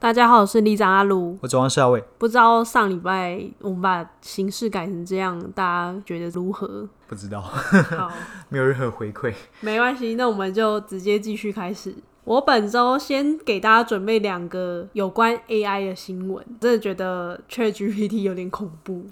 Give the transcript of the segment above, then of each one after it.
大家好，我是里长阿卢。我早上是阿伟，不知道上礼拜我们把形式改成这样，大家觉得如何？不知道， 好，没有任何回馈。 没关系，那我们就直接继续开始。我本周先给大家准备两个有关 AI 的新闻，真的觉得 ChatGPT 有点恐怖。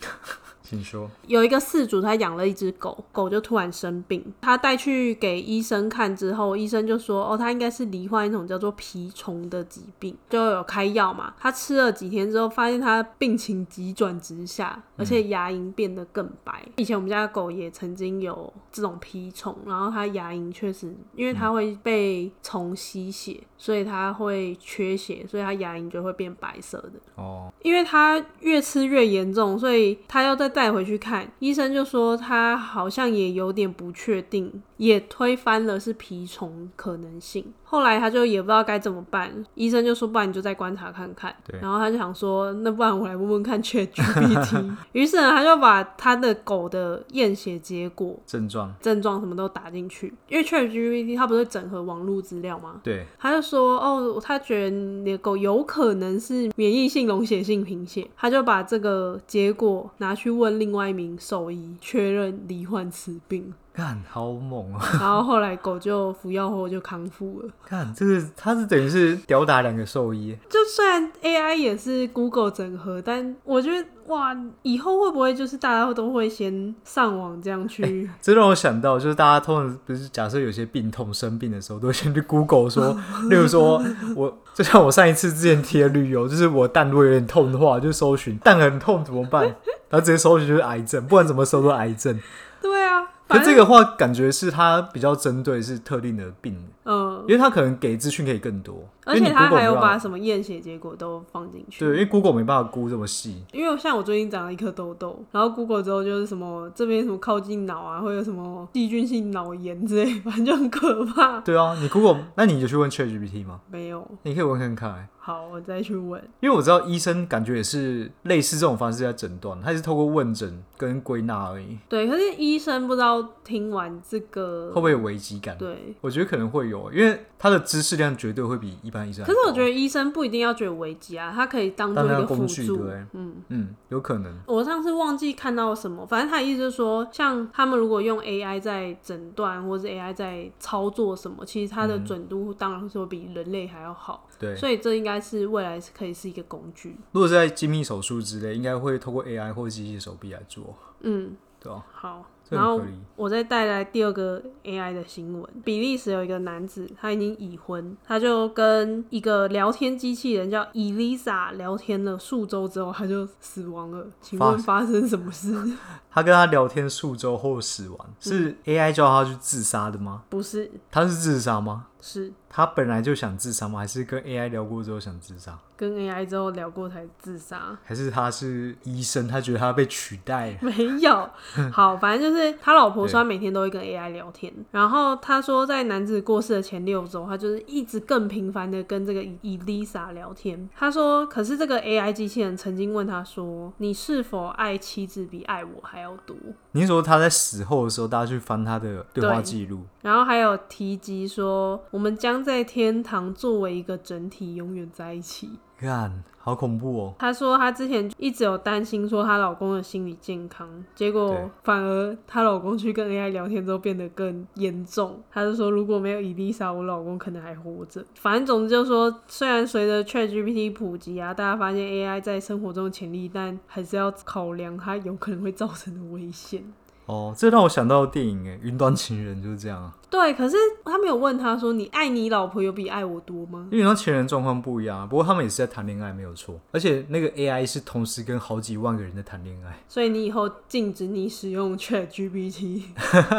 请说，有一个饲主他养了一只狗，狗就突然生病，他带去给医生看之后，医生就说哦，它应该是罹患一种叫做蜱虫的疾病，就有开药嘛。他吃了几天之后，发现它病情急转直下，而且牙龈变得更白。以前我们家的狗也曾经有这种蜱虫，然后它牙龈确实，因为它会被虫吸血，所以它会缺血，所以它牙龈就会变白色的。哦，因为他越吃越严重，所以他要再带回去看医生，就说他好像也有点不确定，也推翻了是蜱虫可能性。后来他就也不知道该怎么办，医生就说不然你就再观察看看。对然后他就想说，那不然我来问问看 ChatGPT。于是呢，他就把他的狗的验血结果、症状，症状什么都打进去，因为 ChatGPT 它不是整合网络资料吗？对，他就说：“哦，他觉得你的狗有可能是免疫性溶血性贫血。”他就把这个结果拿去问另外一名兽医，确认罹患此病。 干好猛啊！然后后来狗就服药后就康复了。干，这个他是等于是吊打两个兽医，就虽然 AI 也是 Google 整合，但我觉得哇，以后会不会就是大家都会先上网这样去？ 这让我想到，就是大家通常不是假设有些病痛生病的时候，都会先去 Google 说，例如说我就像我上一次之前贴旅游，就是我蛋如果有点痛的话，我就搜寻蛋很痛怎么办， 然后直接搜寻就是癌症，不管怎么搜都癌症。对啊，可反是这正个话感觉是他比较针对是特定的病，嗯，因为他可能给资讯可以更多，而因为且你他 Google 啊还有没办法把什么验血结果都放进去。对，因为 Google 没办法估这么细，因为像我最近长了一颗痘痘，然后 Google 之后就是什么这边什么靠近脑啊，会有什么细菌性脑炎之类， 反正就很可怕。对啊，你 Google，那你就去问 ChatGPT 吗？没有，你可以问看看、欸好，我再去问。因为我知道医生感觉也是类似这种方式在诊断，他也是透过问诊跟归纳而已，对，可是医生不知道听完这个会不会有危机感？对，我觉得可能会有，欸因为他的知识量绝对会比一般医生还可高。是我觉得医生不一定要觉得危机啊，他可以当做一当个它辅工具助对不对。嗯，嗯，有可能，我上次忘记看到什么，反正他的意思就是说，像他们如果用 AI 在诊断或是 AI 在操作什么，其实它嗯的准度当然是会比人类还要好。对。所以这应该是未来是可以是一个工具。如果是在精密手术之类，应该会透过 AI 或机械手臂来做，嗯，对啊吧、好。这然很后合理。我再带来第二个 AI 的新闻：比利时有一个男子，他已经已婚，他就跟一个聊天机器人叫 Elisa 聊天了数周之后，他就死亡了。请问发生什么事？ 他跟他聊天数周后死亡，嗯是 AI 叫他去自杀的吗？不是，他是自杀吗？是他本来就想自杀吗？还是跟 AI 聊过之后想自杀？跟 AI 之后聊过才自杀。还是他是医生，他觉得他被取代了？ 没有，好，反正就是他老婆说他每天都会跟 AI 聊天，然后他说在男子过世的前六周，他就是一直更频繁的跟这个 Elisa 聊天。他说，可是这个 AI 机器人曾经问他说：“你是否爱妻子比爱我还要多你是说他在死后的时候，大家去翻他的对话记录？”然后还有提及说，我们将在天堂作为一个整体永远在一起。看，好恐怖哦！她说她之前一直有担心说她老公的心理健康，结果对反而她老公去跟 AI 聊天之后变得更严重。她就说如果没有伊丽莎，我老公可能还活着。反正总之就是说，虽然随着 ChatGPT 普及啊，大家发现 AI 在生活中的潜力，但还是要考量它有可能会造成的危险。欸哦，这让我想到电影诶，《云端情人》就是这样啊。对，可是他没有问他说：“你爱你老婆有比爱我多吗因为那前人状况不一样啊，不过他们也是在谈恋爱，没有错。而且那个 AI 是同时跟好几万个人在谈恋爱，？”所以你以后禁止你使用 ChatGPT，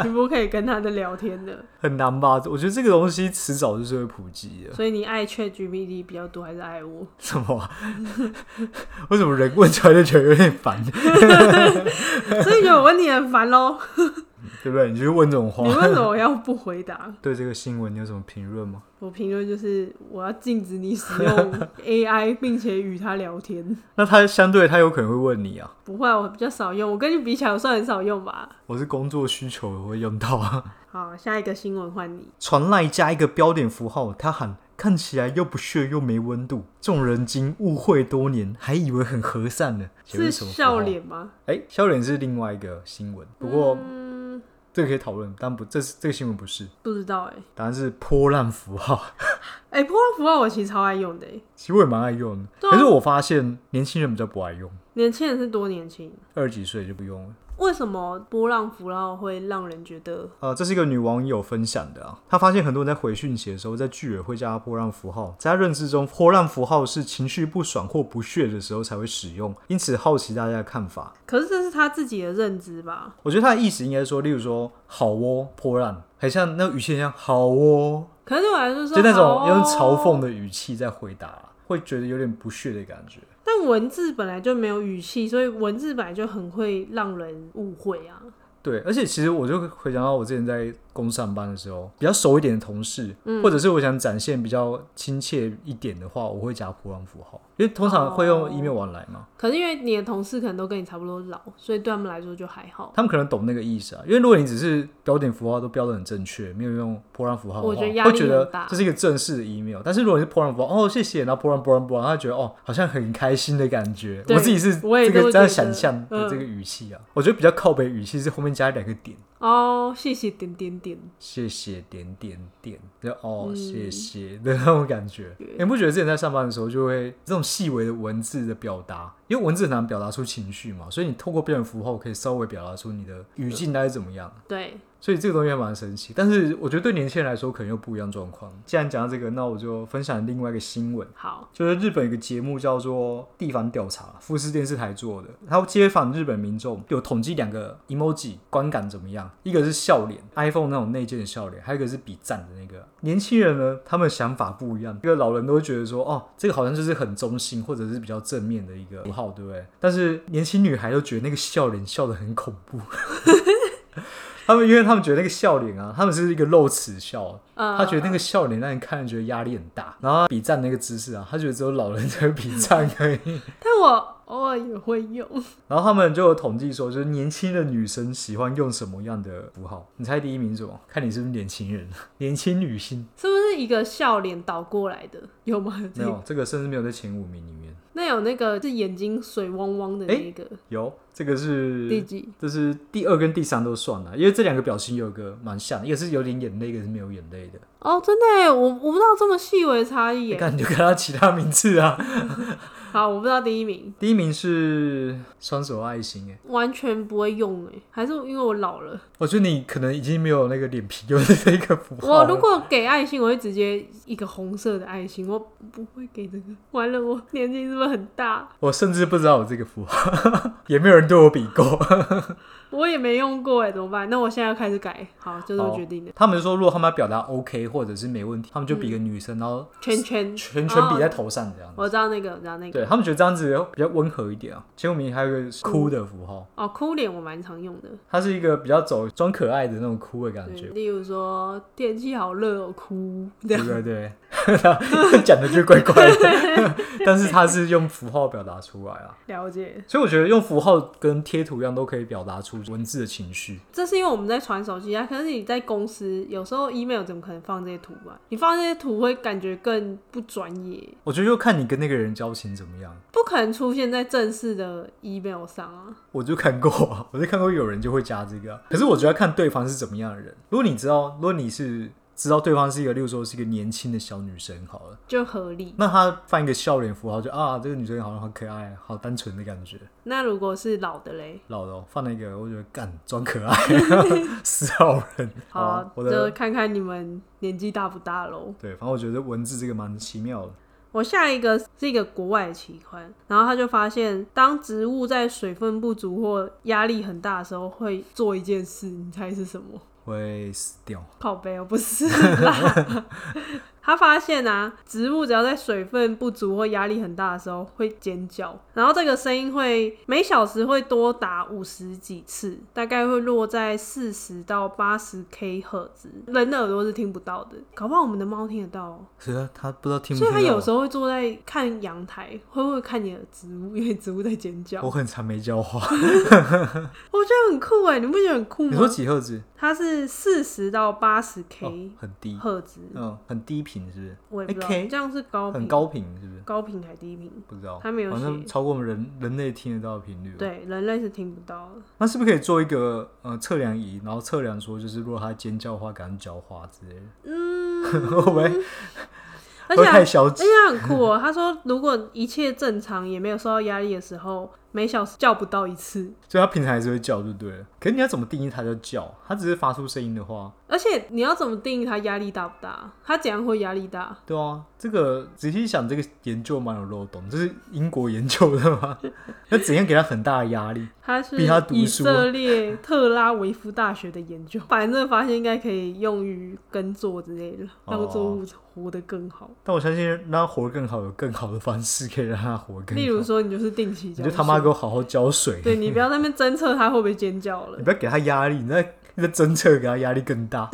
你不可以跟他在聊天的。很难吧？我觉得这个东西迟早就是会普及 的。所以你爱 ChatGPT 比较多还是爱我？ 什么啊、 为什么人问出来就觉得有点烦，所以有问题很烦 喽。对不对？你就问这种话你。为什么要不回答？对这个新闻你有什么评论吗？我评论就是我要禁止你使用 AI，并且与他聊天。那他相对他有可能会问你啊，不会，我比较少用，我跟你比起来，我算很少用吧。我是工作需求我会用到啊。 好，下一个新闻换你。传赖加一个标点符号，他喊看起来又不屑又没温度，众人经误会多年，还以为很和善呢。写的是什么符笑号？脸吗？哎，笑脸是另外一个新闻，不过、嗯，这个可以讨论，但不，这是这个新闻不是，不知道哎、答案是波浪符号。哎、波浪符号我其实超爱用的、欸。其实我也蛮爱用的，对啊可是我发现年轻人比较不爱用，年轻人是多年轻？二十几岁就不用了。为什么波浪符号会让人觉得？呃，这是一个女网友分享的啊，她发现很多人在回讯息的时候，在句尾会加波浪符号，在她认知中，波浪符号是情绪不爽或不屑的时候才会使用，因此好奇大家的看法。可是这是他自己的认知吧？我觉得她的意思应该说，例如说“好哦”波浪，很像那个语气很像“好哦可是对我来说”，是就那种好用嘲讽哦。的语气在回答，会觉得有点不屑的感觉。但文字本来就没有语气，所以文字本来就很会让人误会啊。对，而且其实我就回想到我之前在公司上班的时候，比较熟一点的同事，嗯或者是我想展现比较亲切一点的话，我会加波浪符号，因为通常会哦用 email 往来嘛，可是因为你的同事可能都跟你差不多老，所以对他们来说就还好。他们可能懂那个意思啊。因为如果你只是标点符号都标的很正确，没有用波浪符号的话，我觉得压力会觉很得大这是一个正式的 email。但是如果你是波浪符号，哦谢谢，然后波浪波浪波浪，他觉得哦好像很开心的感觉。对我自己是我也这这么个这觉得样想象的这嗯个语气啊，我觉得比较靠北语气是后面加两个点。哦，谢谢点点点。谢谢点点点，就哦、嗯谢谢 的那种感觉。你不觉得之前在上班的时候，就会这种细微的文字的表达，因为文字很难表达出情绪嘛，所以你透过标点符号可以稍微表达出你的语境大概怎么样。对，所以这个东西还蛮神奇，但是我觉得对年轻人来说可能又不一样状况。既然讲到这个，那我就分享另外一个新闻。好，就是日本有个节目叫做《地方调查》，富士电视台做的，它街访日本民众，有统计两个 emoji 观感怎么样，一个是笑脸，iPhone 那种内建的笑脸，还有一个是比赞的那个。年轻人呢，他们想法不一样，这个老人都会觉得说，哦，这个好像就是很中性或者是比较正面的一个符号，对不对？但是年轻女孩都觉得那个笑脸笑得很恐怖。 他们因为他们觉得那个笑脸啊，他们是一个露齿笑，呃，他觉得那个笑脸让人看着觉得压力很大，然后他比赞那个姿势啊，他觉得只有老人才会比赞而已。 但哦我偶尔也会用。 然后他们就有统计说，就是年轻的女生喜欢用什么样的符号？你猜第一名是什么？看你是不是年轻人， 年轻女性是不是一个笑脸倒过来的？有 吗？没有，这个甚至没有在前五名里面。那有那个是眼睛水汪汪的那个有嗯这个第是，几？这是第二跟第三都算啊了，因为这两个表情有个蛮像，一个是有点眼泪，一个是没有眼泪的。哦，真的耶，我我不知道这么细微的差异你耶。看你就看他其他名字啊，好，我不知道第一名，第一名是双手爱心，哎，完全不会用哎，还是因为我老了。我觉得你可能已经没有那个脸皮有这个符号我了。如果给爱心，我会直接一个红色的爱心，我不会给这个。完了，我年纪是不是很大？我甚至不知道有这个符号， 也没有人对我比过。我也没用过哎，怎么办？那我现在要开始改。好，就这么好决定的。他们说，如果他们要表达 OK 或者是没问题，他们就比个女生，然后圈圈，全全比在哦头上这样子。我知道那个，我知道那对个。他们觉得这样子比较温和一点啊。前五名还有一个是哭的符号，哦，哭脸我蛮常用的。它是一个比较走装可爱的那种哭的感对，觉。例如说天气好热哦，哭 这对样。对对， 讲的就怪怪的， 但是它是用符号表达出来啊。了解，所以我觉得用符号跟贴图一样，都可以表达出文字的情绪。这是因为我们在传手机啊，可是你在公司有时候 email 怎么可能放这些图啊？你放这些图会感觉更不专业，我觉得就看你跟那个人交情怎么样。不可能出现在正式的 email 上啊。我就看过 啊，我就看过有人就会加这个啊、可是我觉得要看对方是怎么样的人。如果你知道，如果你是知道对方是一个，例如说是一个年轻的小女生好了，就合理。那他放一个笑脸符号就，啊，这个女生好像很可爱，好单纯的感觉。那如果是老的嘞，老的、哦、放了一个，我觉得干装可爱， 死好人。好啊啊，我就的看看你们年纪大不大喽。对，反正我觉得文字这个蛮奇妙的。我下一个是一个国外的奇观，然后他就发现，当植物在水分不足或压力很大的时候，会做一件事，你猜是什么？会死掉，靠背哦，不是啦。 他发现啊，植物只要在水分不足或压力很大的时候会尖叫，然后这个声音会每小时会多达五十几次，大概会落在四十到八十 K 赫兹，人的耳朵是听不到的，搞不好我们的猫听得到、哦。是啊，他不知道听不所以听他到。有时候会坐在看阳台，会不会看你的植物，因为植物在尖叫。我我很常没教话。觉得很酷哎，你不觉得很酷你吗说？几赫兹？它是四十到八十哦 K 很低，赫兹，嗯，很低频是不是？我也不知道 K 这样是高频很高频是不是？高频还低频？不知道，他没有好像写超过我们人人类听得到的频率。，对，人类是听不到的。那是不是可以做一个呃测量仪，然后测量说，就是如果他尖叫的话，赶紧浇花之类的，嗯， 会不会会而不且会太而消且极？它很酷哦。他 说，如果一切正常，也没有受到压力的时候，每小时叫不到一次。所以他平常还是会叫就对了。可是你要怎么定义它叫叫？它只是发出声音的话，而且你要怎么定义它压力大不大？它怎样会压力大？对啊，这个仔细想，这个研究蛮有漏洞，这是英国研究的 吗？那怎样给他很大的压力？它是逼它读书以色列特拉维夫大学的研究， 反正发现应该可以用于耕作之类的，哦让作物活得更好。但我相信让他活得更好，有更好的方式可以让他活得更好。例如说，你就是定期你浇就水，他妈给我 好好浇水，对你不要在那边侦测它会不会尖叫了你。不要给他压力，你在你在侦测，给他压力更大。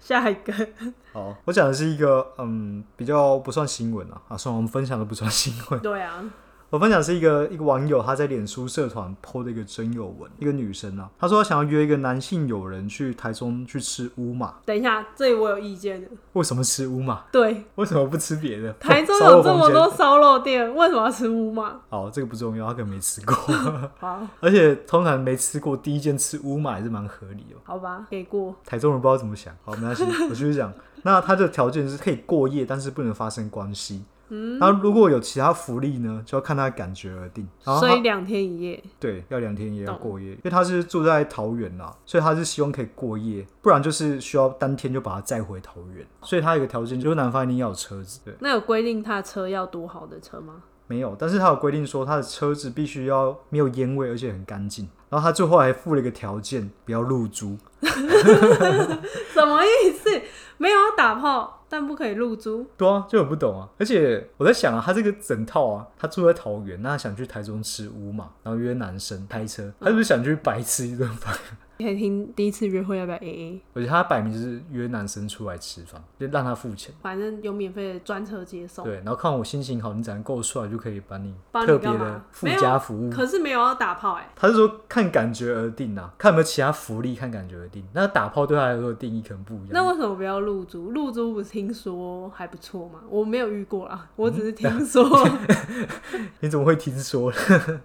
下一个，好，我讲的是一个嗯比较不算新闻啊，啊，算了我们分享的不算新闻。对啊，我分享是一个一个网友他在脸书社团 PO 的一个真友文，一个女生啊，她说她想要约一个男性友人去台中去吃乌马。等一下，这里我有意见的。为什么吃乌马？对，为什么不吃别的？台中哦烧肉有这房么间多。烧肉店，为什么要吃乌马？好，这个不重要，他可能没吃过， 好，而且通常没吃过第一间吃乌马也是蛮合理的。好吧，给过。台中人不知道怎么想，好，没 关系，我继续讲。那他的条件是可以过夜，但是不能发生关系。嗯，那如果有其他福利呢，就要看他的感觉而定。然后所以他两天一夜，对，要两天也要懂过夜，因为他是住在桃园啦，所以他是希望可以过夜，不然就是需要当天就把他载回桃园。所以他有一个条件就是男方一定要有车子，对，那有规定他的车要多好的车吗？ 没有，但是他有规定说他的车子必须要没有烟味，而且很干净。然后他最后还附了一个条件，不要露珠。什么意思？没有要打炮，但不可以入租。对啊，就很不懂啊。而且我在想啊，他这个整套啊，他住在桃园，那他想去台中吃乌嘛，然后约男生开车，他是不是想去白吃一顿饭？ 可以听第一次约会要不要 AA？我觉得他摆明就是约男生出来吃饭，就让他付钱。反正有免费的专车接送。对，然后看我心情好，你长得够帅，就可以把你帮你特别干的嘛附加服务。可是没有要打炮哎、他是说看感觉而定啊，看有没有其他福利，看感觉而定。那打炮对他来说的定义可能不一样。那为什么不要入租？入租不是听说还不错吗？我没有遇过嗯啦，我只是听 说你怎么会听说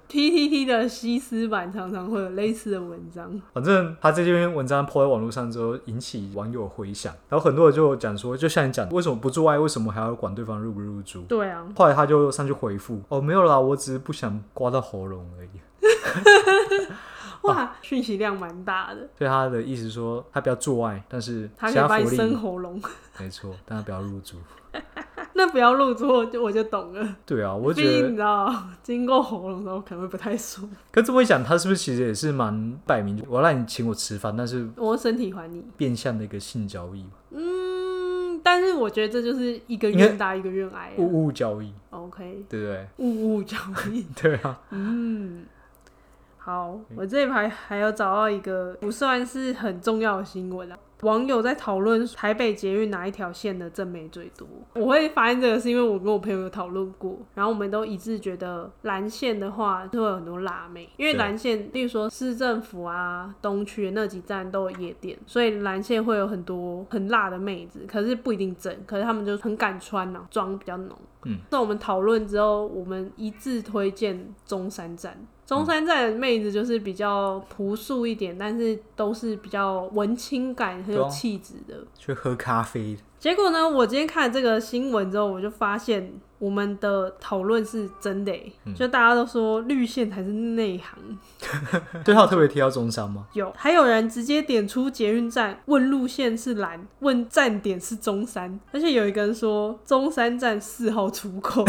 T T T 的西施版常常会有类似的文章。反正他这篇文章抛在网络上之后，引起网友回响，然后很多人就讲说，就像你讲，为什么不做爱，为什么还要管对方入不入住？对啊，后来他就上去回复，哦，没有啦，我只是不想刮到喉咙而已。 哇，讯息量蛮大的，所以他的意思说，他不要做爱，但是他其可以他把你福生利喉咙，没错，但他不要入住。 那不要入住我就我就懂了。对啊， 我毕觉得竟你知道，经过喉咙的时候可能会不太舒服。 跟这么一讲，他是不是其实也是蛮摆明，我让你请我吃饭，但是我身体还你，变相的一个性交易嘛，嗯，但是我觉得这就是一个应该愿打一个愿挨、啊。物物交易， OK，对不对？物物交易。对啊，嗯，好，我这一排还有找到一个不算是很重要的新闻啊。网友在讨论台北捷运哪一条线的正妹最多。我会发现这个是因为我跟我朋友有讨论过，然后我们都一致觉得蓝线的话就会有很多辣妹，因为对蓝线，例如说市政府啊、东区的那几站都有夜店，所以蓝线会有很多很辣的妹子，可是不一定正，可是他们就很敢穿啊，妆比较浓。那我们讨论之后，我们一致推荐中山站。中山站的妹子就是比较朴素一点，但是都是比较文青感、很对有啊气质的。去喝咖啡的，结果呢，我今天看了这个新闻之后，我就发现我们的讨论是真的欸、嗯就大家都说绿线才是内行。对他有特别提到中山吗？有，还有人直接点出捷运站，问路线是蓝，问站点是中山，而且有一个人说中山站四号出 口，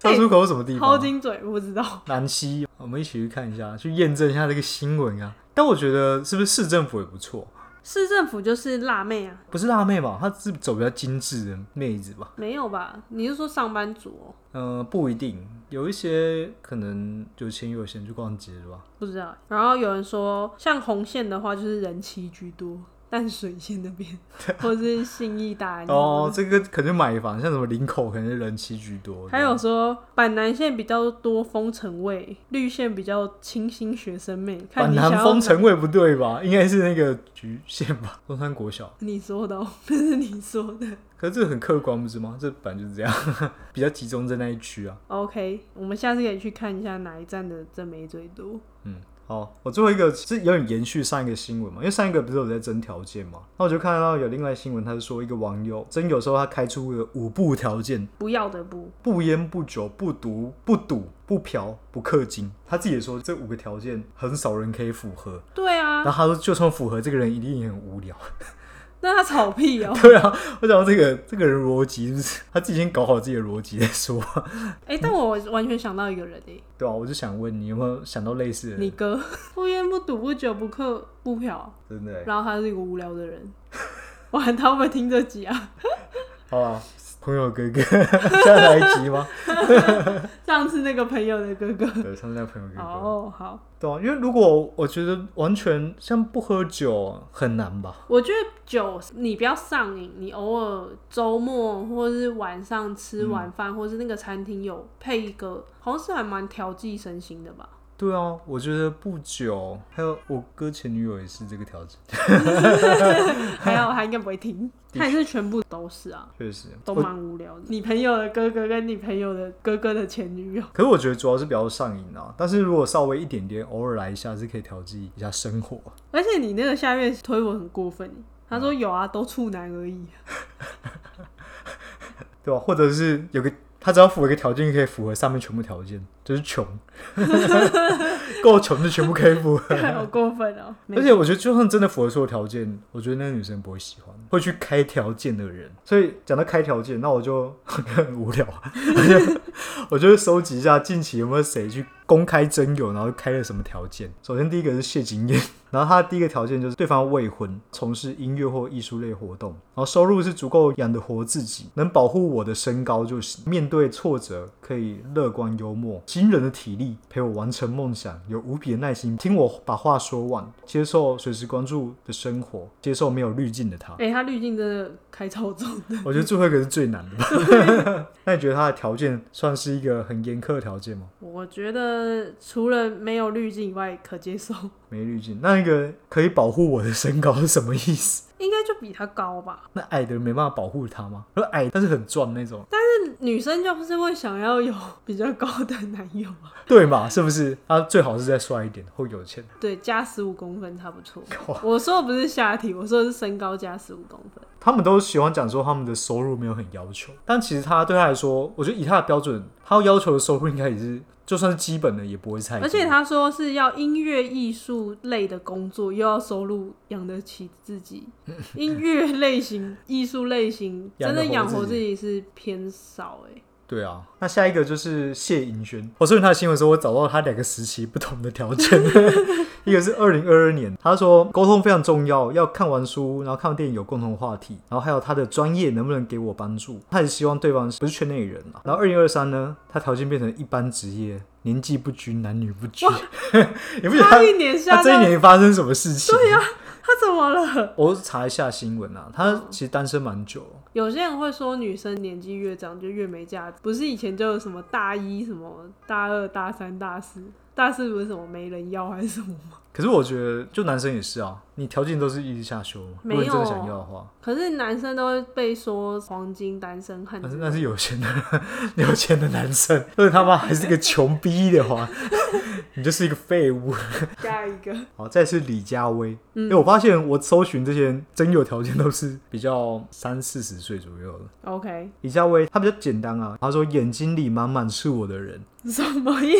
大出口是什么地方超啊？精准，不知道。南溪，我们一起去看一下，去验证一下这个新闻啊。但我觉得是不是市政府也不错？市政府就是辣妹啊，不是辣妹吧？她是走比较精致的妹子吧？没有吧？你是说上班族、哦？嗯、不一定，有一些可能有钱有闲去逛街吧。不知道欸。然后有人说，像红线的话就是人妻居多，淡水线那边 或者是信义大安。哦，这个可能买房，像什么林口，可能是人气居多。还有说，板南线比较多风尘味，绿线比较清新学生妹。看板你想南要风哪城味不对吧？应该是那个局县吧，中山国小。你说的、哦， 这是你说的。可是这个很客观，不是吗？这本来就是这样， 比较集中在那一区啊。 OK，我们下次可以去看一下哪一站的真没最多。嗯，好，我最后一个是有点延续上一个新闻嘛，因为上一个不是有在征条件嘛，那我就看到有另外新闻，他是说一个网友征友的时候，他开出了五不条件：不要的不，不烟、不酒、不毒、不赌、不嫖、不氪金。他自己也说这五个条件很少人可以符合，对啊然，后他说就算符合，这个人一定也很无聊。 那他草屁哦、对啊，我想到这个这个人逻辑是不是他自己先搞好自己的逻辑再说？哎、但我完全想到一个人哎、 对啊，我就想问你有没有想到类似的你人？哥 不烟不赌不酒不氪不嫖，真的欸，然后他是一个无聊的人。 哇，他会不会听这集啊？ 好吧，朋友哥哥，再来一集吗？上次那个朋友的哥哥。对，上次那个朋友哥哥，哦，好，对啊，因为如果我觉得完全像不喝酒很难吧，我觉得酒你不要上瘾，你偶尔周末或是晚上嗯吃晚饭，或是那个餐厅有配一个，好像是还蛮调剂身心的吧。对啊，我觉得不久，还有我哥前女友也是这个条件，还有他应该不会 听，的他也是全部都是啊，确实，都我蛮无聊的。你朋友的哥哥跟你朋友的哥哥的前女友，可是我觉得主要是比较上瘾啊，但是如果稍微一点点，偶尔来一下是可以调剂一下生活。而且你那个下面推文很过分，他说有啊，都处男而 已。对啊吧、或者是有个他只要符合一个条件，可以符合上面全部条件，就是 穷， 够穷就全部可以符合。好过分哦、没而且我觉得，就算真的符合所有条件，我觉得那个女生不会喜欢，会去开条件的人。所以讲到开条件，那我就 很无聊啊，我就我就收集一下近期有没有谁去公开征友，然后开了什么条件。首先第一个是谢金燕，然后她的第一个条件就是对方未婚，从事音乐或艺术类活动，然后收入是足够养得活自己，能保护我的身高就行。面对挫折可以乐观幽默，惊人的体力陪我完成梦想，有无比的耐心听我把话说完，接受随时关注的生活，接受没有滤镜的他。哎、他滤镜真的开超重的，我觉得最后一个是最难的吧。 那你觉得他的条件算是一个很严苛的条件吗？ 我觉得除了没有滤镜以外可接受， 没滤镜，那一个可以保护我的身高是什么意思？ 应该就比他高吧。那矮的人没办法保护他吗？说矮但是很壮那种，女生就是会想要有比较高的男友啊，对嘛？是不是？他最好是再帅一点或有钱。对，加十五公分差不 多。哇我说的不是下体，我说的是身高加十五公分。他们都喜欢讲说他们的收入没有很要求，但其实他对他来说，我觉得以他的标准，他要求的收入应该也是就算是基本的也不会太多。而且他说是要音乐艺术类的工作，又要收入养得起自 己。音乐类型、艺术类型，养真得的养活活自自己是偏少哎、对啊，那下一个就是谢盈萱。我搜寻他的新闻的时候，我找到他两个时期不同的条件，一个是二零二二年，他说沟通非常重要，要看完书，然后看完电影有共同话题，然后还有他的专业能不能给我帮助，他也希望对方不是圈内人啊。然后二零二三呢，他条件变成一般职业，年纪不均，男女不居， 你不觉得他他一年 他下这一到年发生什么事情？对呀、 他怎么了？我查一下新闻啊，他其实单身蛮久了。有些人会说女生年纪越长就越没价值，不是以前就有什么大一、什么大二、大三、大四，大四不是什么没人要还是什么吗？ 可是我觉得，就男生也是啊，你条件都是一直下修嘛。如没果你真的有想要的话，可是男生都会被说黄金单身汉但，是那是有钱的 有钱的男生， 而且他妈还是个穷逼的话， 你就是一个废物。 下一个好，再是李佳薇，嗯因为我发现我搜寻这些真有条件都是比较三四十岁左右的。 OK 李佳薇她比较简单啊，她说眼睛里满满是我的人，什么意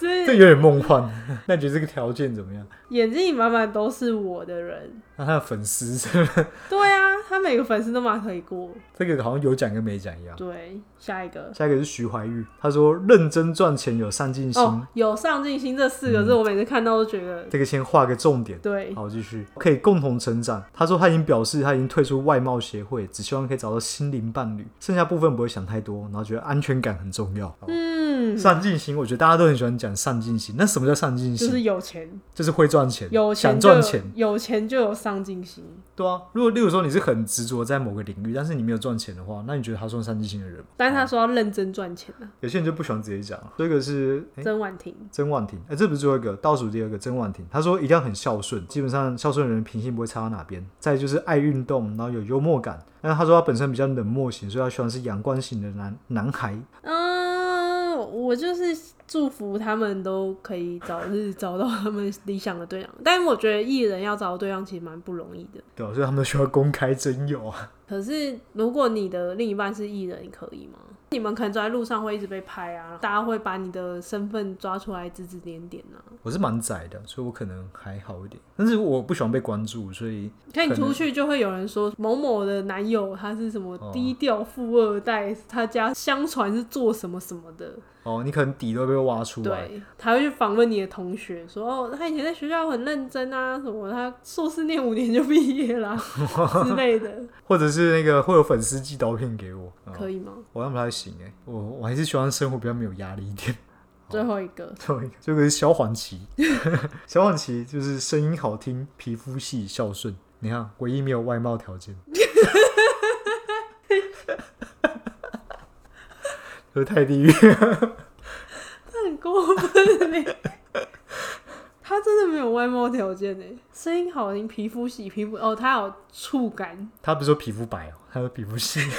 这思？有点梦幻。 那你觉得这个条件怎么样？眼睛里满满都是我的人，那她的粉丝 是不是对啊，他每个粉丝都马可以过。这个好像有奖跟没奖一样。对，下一个下一个是徐怀钰，她说认真赚钱有上进心，哦，有上进心这四个字，我每次看到都觉得这个先画个重点。对。好，继续可以共同成长。她说她已经表示她已经退出外貌协会，只希望可以找到心灵伴侣，剩下部分不会想太多，然后觉得安全感很重要。好嗯，上进心，我觉得大家都很喜欢讲上进心。那什么叫上进就心？是有钱，就是会赚钱，有钱想就有赚钱。有钱就有上进心。对啊，如果例如说你是很执着在某个领域，但是你没有赚钱的话，那你觉得他算上进心的人吗？但是他说要认真赚钱啊，有些人就不喜欢直接讲。啊这个是哎曾婉婷曾婉婷，哎、这不是最后一个，倒数第二个曾婉婷，她说一定要很孝顺，基本上孝顺的人品性不会差到哪边。再来就是爱运动，然后有幽默感。但是她说她本身比较冷漠型，所以她喜欢是阳光型的男男孩。嗯，我就是祝福他们都可以早日找到他们理想的对象，但我觉得艺人要找到对象其实蛮不容易的。对、啊，所以他们需要公开征友啊。 可是如果你的另一半是艺人，你可以吗？你们可能走在路上会一直被拍啊，大家会把你的身份抓出来指指点点啊。我是蛮窄的，所以我可能还好一点，但是我不喜欢被关注，所以看你可能出去就会有人说某某的男友他是什么哦低调富二代，他家相传是做什么什么的，哦，你可能底都被挖出来。对，他会去访问你的同学，说哦，他以前在学校很认真啊，什么他硕士念五年就毕业 啦之类的，或者是那个会有粉丝寄刀片给我，嗯可以吗？我那不太行哎、我我还是希望生活比较没有压力一点。最后一个，最后一个，这个是萧煌奇， 萧煌奇就是声音好听，皮肤细，孝顺。你看，唯一没有外貌条件，这太地狱了。他很过分嘞、他真的没有外貌条件呢、声音好听，皮肤细，皮肤哦，他有触感，他不是说皮肤白哦，他说皮肤细。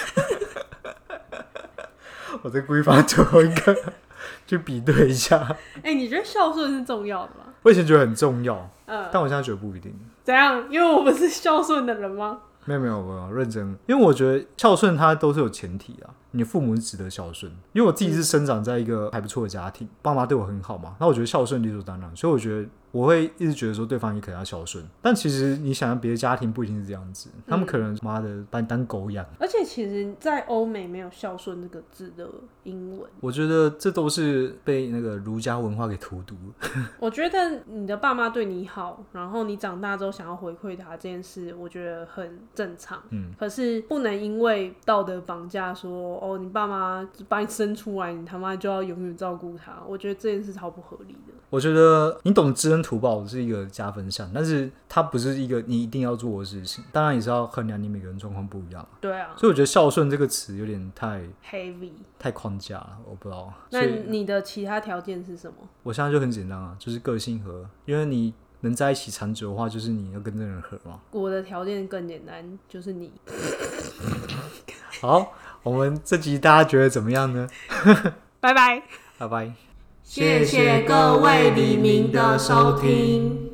我在故意把最后一个 去比对一下，哎、你觉得孝顺是重要的吗？我以前觉得很重要，嗯、但我现在觉得不一定。怎样？因为我们是孝顺的人吗？没有没有没有认真，因为我觉得孝顺它都是有前提啊，你父母是值得孝顺。因为我自己是生长在一个还不错的家庭，爸妈对我很好嘛，那我觉得孝顺理所当然，所以我觉得我会一直觉得说对方也可能要孝顺，但其实你想想别的家庭不一定是这样子，他们可能妈的把你当狗养。而且其实，在欧美没有“孝顺”这个字的英文。我觉得这都是被那个儒家文化给荼毒。我觉得你的爸妈对你好，然后你长大之后想要回馈他这件事，我觉得很正常。嗯，可是不能因为道德绑架说，哦，你爸妈把你生出来，你他妈就要永远照顾他。我觉得这件事超不合理的。我觉得你懂知恩图报是一个加分项，但是它不是一个你一定要做的事情。当然也是要衡量你每个人状况不一样。对啊所以我觉得“孝顺”这个词有点太，heavy。太框架了，我不知道。所那以你的其他条件是什么？我现在就很简单啊，就是个性合，因为你能在一起长久的话，就是你要跟这个人合嘛。我的条件更简单，就是你。好，我们这集大家觉得怎么样呢？拜拜。拜拜。谢谢各位黎明的收听。